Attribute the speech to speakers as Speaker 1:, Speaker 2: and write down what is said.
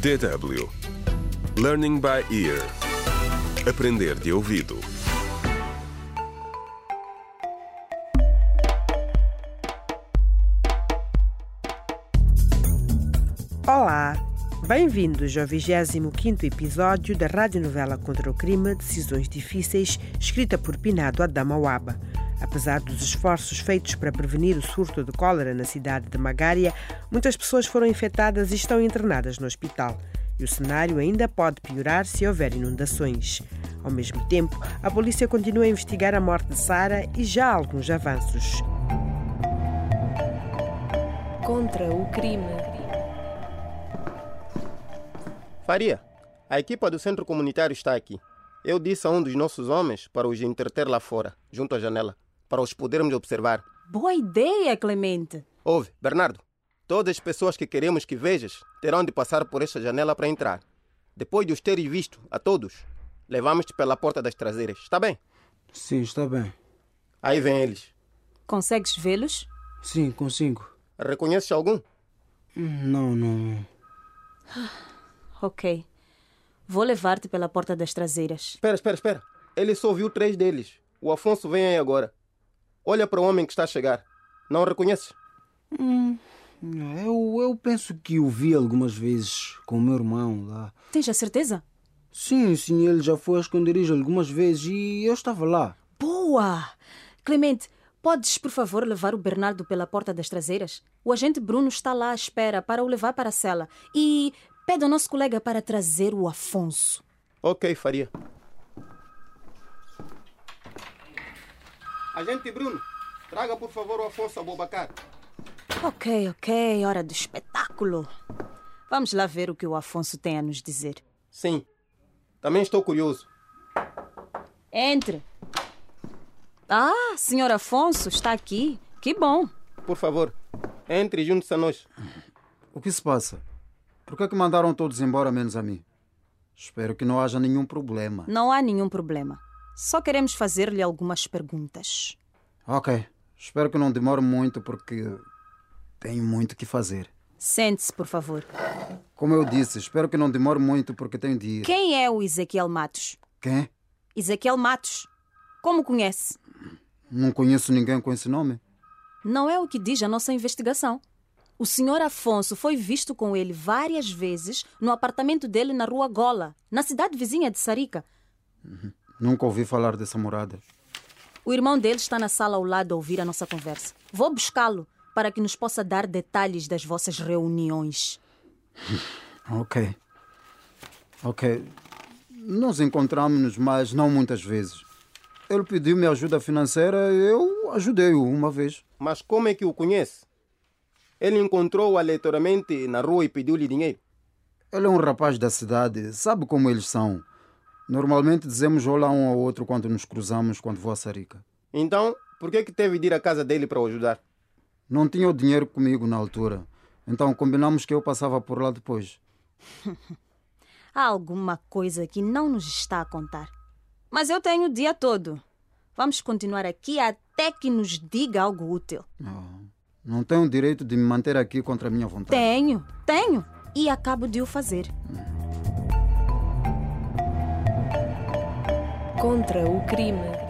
Speaker 1: DW Learning by Ear Aprender de ouvido
Speaker 2: Olá, bem-vindos ao 25 episódio da radionovela contra o crime Decisões Difíceis, escrita por Pinado Adama Waba. Apesar dos esforços feitos para prevenir o surto de cólera na cidade de Magária, muitas pessoas foram infectadas e estão internadas no hospital. E o cenário ainda pode piorar se houver inundações. Ao mesmo tempo, a polícia continua a investigar a morte de Sara e já há alguns avanços.
Speaker 3: Contra o crime.
Speaker 4: Faria, a equipa do centro comunitário está aqui. Eu disse a um dos nossos homens para os entreter lá fora, junto à janela, para os podermos observar.
Speaker 3: Boa ideia, Clemente.
Speaker 4: Ouve, Bernardo, todas as pessoas que queremos que vejas terão de passar por esta janela para entrar. Depois de os teres visto, a todos, levamos-te pela porta das traseiras, está bem?
Speaker 5: Sim, está bem.
Speaker 4: Aí vêm eles.
Speaker 3: Consegues vê-los?
Speaker 5: Sim, consigo.
Speaker 4: Reconheces algum?
Speaker 5: Não, não.
Speaker 3: Ok. Vou levar-te pela porta das traseiras.
Speaker 4: Espera, espera, espera. Ele só viu três deles. O Afonso vem aí agora. Olha para o homem que está a chegar. Não o reconheces?
Speaker 5: Eu, eu penso que o vi algumas vezes com o meu irmão lá.
Speaker 3: Tens a certeza?
Speaker 5: Sim, sim, ele já foi a esconderijo algumas vezes e eu estava lá.
Speaker 3: Boa! Clemente, podes, por favor, levar o Bernardo pela porta das traseiras? O agente Bruno está lá à espera para o levar para a cela. E pede ao nosso colega para trazer o Afonso.
Speaker 4: Ok, faria. Agente Bruno, traga por favor o Afonso Abobacar.
Speaker 3: Ok, ok. Hora do espetáculo. Vamos lá ver o que o Afonso tem a nos dizer.
Speaker 4: Sim, também estou curioso.
Speaker 3: Entre. Ah, senhor Afonso, está aqui. Que bom.
Speaker 4: Por favor, entre e junte-se a nós.
Speaker 6: O que se passa? Por que é que mandaram todos embora menos a mim? Espero que não haja nenhum problema.
Speaker 3: Não há nenhum problema. Só queremos fazer-lhe algumas perguntas.
Speaker 6: Ok. Espero que não demore muito porque tenho muito que fazer.
Speaker 3: Sente-se, por favor.
Speaker 6: Como eu disse, espero que não demore muito porque tenho de ir.
Speaker 3: Quem é o Ezequiel Matos?
Speaker 6: Quem?
Speaker 3: Ezequiel Matos. Como conhece?
Speaker 6: Não conheço ninguém com esse nome.
Speaker 3: Não é o que diz a nossa investigação. O senhor Afonso foi visto com ele várias vezes no apartamento dele na rua Gola, na cidade vizinha de Sarica.
Speaker 6: Nunca ouvi falar dessa morada.
Speaker 3: O irmão dele está na sala ao lado a ouvir a nossa conversa. Vou buscá-lo para que nos possa dar detalhes das vossas reuniões.
Speaker 6: Ok. Ok. Nós encontramos-nos, mas não muitas vezes. Ele pediu-me ajuda financeira, eu ajudei-o uma vez.
Speaker 4: Mas como é que o conhece? Ele encontrou-o aleatoriamente na rua e pediu-lhe dinheiro.
Speaker 6: Ele é um rapaz da cidade, sabe como eles são. Normalmente dizemos olá um ao outro quando nos cruzamos quando vou a Sarica.
Speaker 4: Então, por que, que teve de ir à casa dele para o ajudar?
Speaker 6: Não tinha o dinheiro comigo na altura, então combinamos que eu passava por lá depois.
Speaker 3: Há alguma coisa que não nos está a contar. Mas eu tenho o dia todo. Vamos continuar aqui até que nos diga algo útil.
Speaker 6: Não, não tenho o direito de me manter aqui contra a minha vontade.
Speaker 3: Tenho, tenho. E acabo de o fazer. Contra o crime.